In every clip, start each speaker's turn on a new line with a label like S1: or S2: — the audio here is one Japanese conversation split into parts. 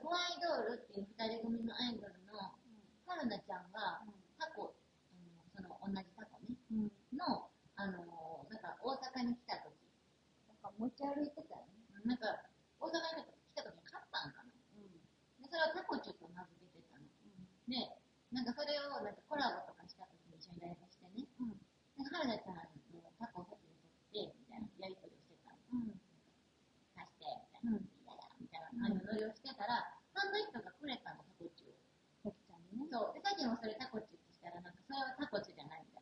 S1: ールっていう二人組のアイドルの春菜ちゃんがタコ、あのその同じタコね、
S2: うん。うん。
S1: の、あのなんか大阪に来た時、
S2: なんか持ち歩いてたよね。
S1: なんか大阪に来た時に買ったんかな。で、それをタコちょっと名付けてたの。
S2: う
S1: で、なんかそれをなんかコラボとかした時に一緒にライブしてね、
S2: ん。うん。
S1: なんか春菜ちゃんのタコを先に取って、みたいなやりとりをしてたの。
S2: うん。
S1: 貸して、みたいな。嫌だ、みたいな感じのノリをしてたら、そんな人がくれたの、タコチュを。
S2: さきちゃんにね。
S1: そう。で、さっきもそれタコチュってしたら、なんか、それはタコチュじゃないみ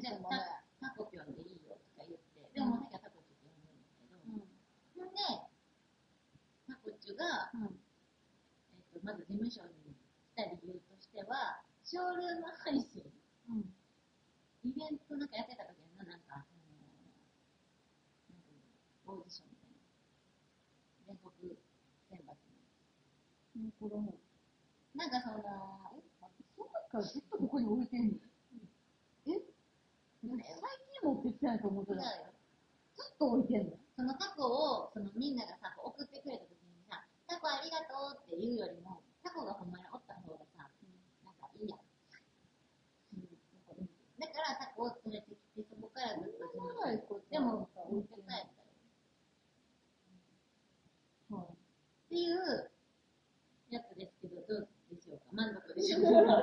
S1: たいな。で、じゃ
S2: うん
S1: あ、タタコピョンでいいよとか言って、でも、さっきはタコチュって呼んでるんだけど、
S2: うん。
S1: ほんで、タコチュが、
S2: うん。
S1: えっと、まず事務所に来た理由としては、ショールーム配信、
S2: うん。
S1: イベントなんかやってた時やな、なんか、あのなんていうのオーディションみたいな。全国選抜の。
S2: うん。これも。
S1: なんかその、
S2: え、その時からずっとここに置いてんのえ
S1: なん
S2: 最
S1: だよ
S2: 近持ってきてないと思う
S1: 違
S2: けど、
S1: う
S2: ずっと置い
S1: よ。
S2: てんの
S1: そのタコを、そのみんながさ、こう送ってくれた時にさ、タコありがとうって言うよりも、タコがほんまにおった方がさ、なんかいいやん。だからタコを連れてきて、そこからずっと事務所にでも、置いて帰ったよ。
S2: はい
S1: っていうやつですけど、どうでしょうか満足でしょうか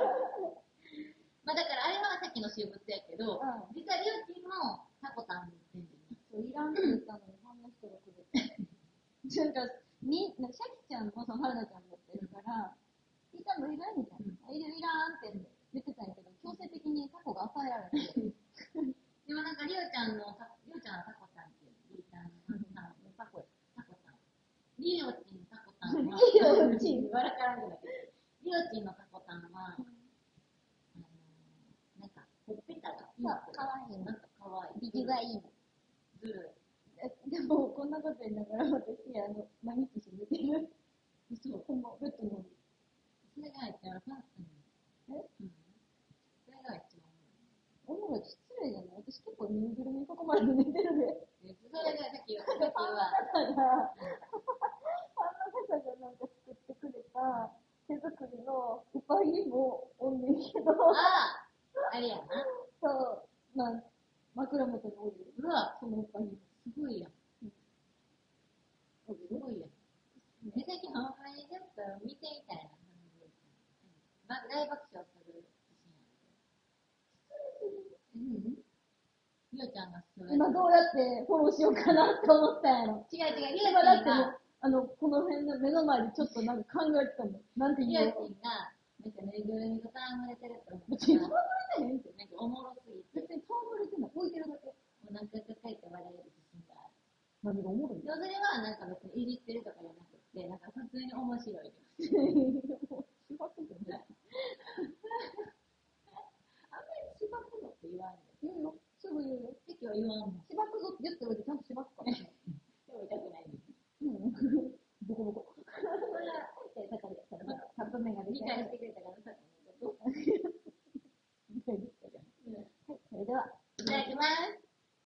S1: まあだからあれはさっきの私物やけど、
S2: う
S1: 実はりょうちんもタコタン全然ね。
S2: そういらんって言ったのに、そんな人が来るって。なんか、み、なんかシャキちゃんも、その、はるなちゃんもってるから、いたのいらんみたいな。いる、いらんって言ってたんやけど、強制的にタコが与えられて、
S1: でもなんかりょうちゃんのタ、りょうちゃんはタコタンっていう、りーたんさん、
S2: タコや。
S1: タコタン。りょうちんタコタン
S2: り
S1: は、
S2: ょうち
S1: ん、笑からんぐらい。りょうちんのタコタンは、あのー、なんか、ほっぺたがピンクで
S2: かわいい
S1: なんかかわいい。
S2: ビジュがいいの。
S1: ずる
S2: えでも、こんなこと言いながら、私、あの、毎日死んでてる。そう。ほんま、ベッドの
S1: い。それが一番、
S2: え
S1: うん。うん。それが一番
S2: おもろい失礼じゃない私結構ぬいぐるみに囲まれて寝てるで。
S1: いい。でそれがさっき言っ
S2: だ
S1: た時は、
S2: から、あんな方がなんか作ってくれた手作りのウパギもおんねんけど、
S1: ああ、あれやな。
S2: そう、なん枕元におる。
S1: うわ、
S2: そのウパギも。
S1: すごいやん。
S2: お
S1: す
S2: る
S1: ごいやん。で、さっきほんまにちょっと見てみたいな感じで。ま、大爆笑するシーンやった。うん。りょうちゃんがそうや
S2: 今どうやってフォローしようかなって思ったんやろ。
S1: 違う違う、りょうち
S2: 今だっても
S1: んが
S2: う、あの、この辺の目の前でちょっとなんか考えてたもん。なんて
S1: り
S2: 言お
S1: ょ
S2: う。
S1: うちんが、なんかぬいぐるみと戯れてると思
S2: 別
S1: っ
S2: に
S1: た
S2: 戯
S1: ら、
S2: れてへんって。
S1: なんかおもろすぎて、
S2: 別に戯れてない。置いてるだけ。
S1: お腹抱えて笑える自信があ
S2: 何
S1: る。
S2: がおもろい
S1: でもそれはなんか別にいじってるとかじゃなくて、なんか普通に面白いです。
S2: もう縛ってんじゃない
S1: あんまり縛くのって言わんで。
S2: 言うよ。すぐ言うよ。
S1: 席は言わんもん。
S2: しばくぞって言ってるわけちゃんとしばくから。
S1: でも痛 くないね。
S2: うん。 ボコボコ。え、だから、だから、カップ麺がで
S1: 理
S2: きた
S1: 解
S2: ら
S1: し。てくれたからさ、どう
S2: 理解できたじゃん。はい、それでは。
S1: いただきます。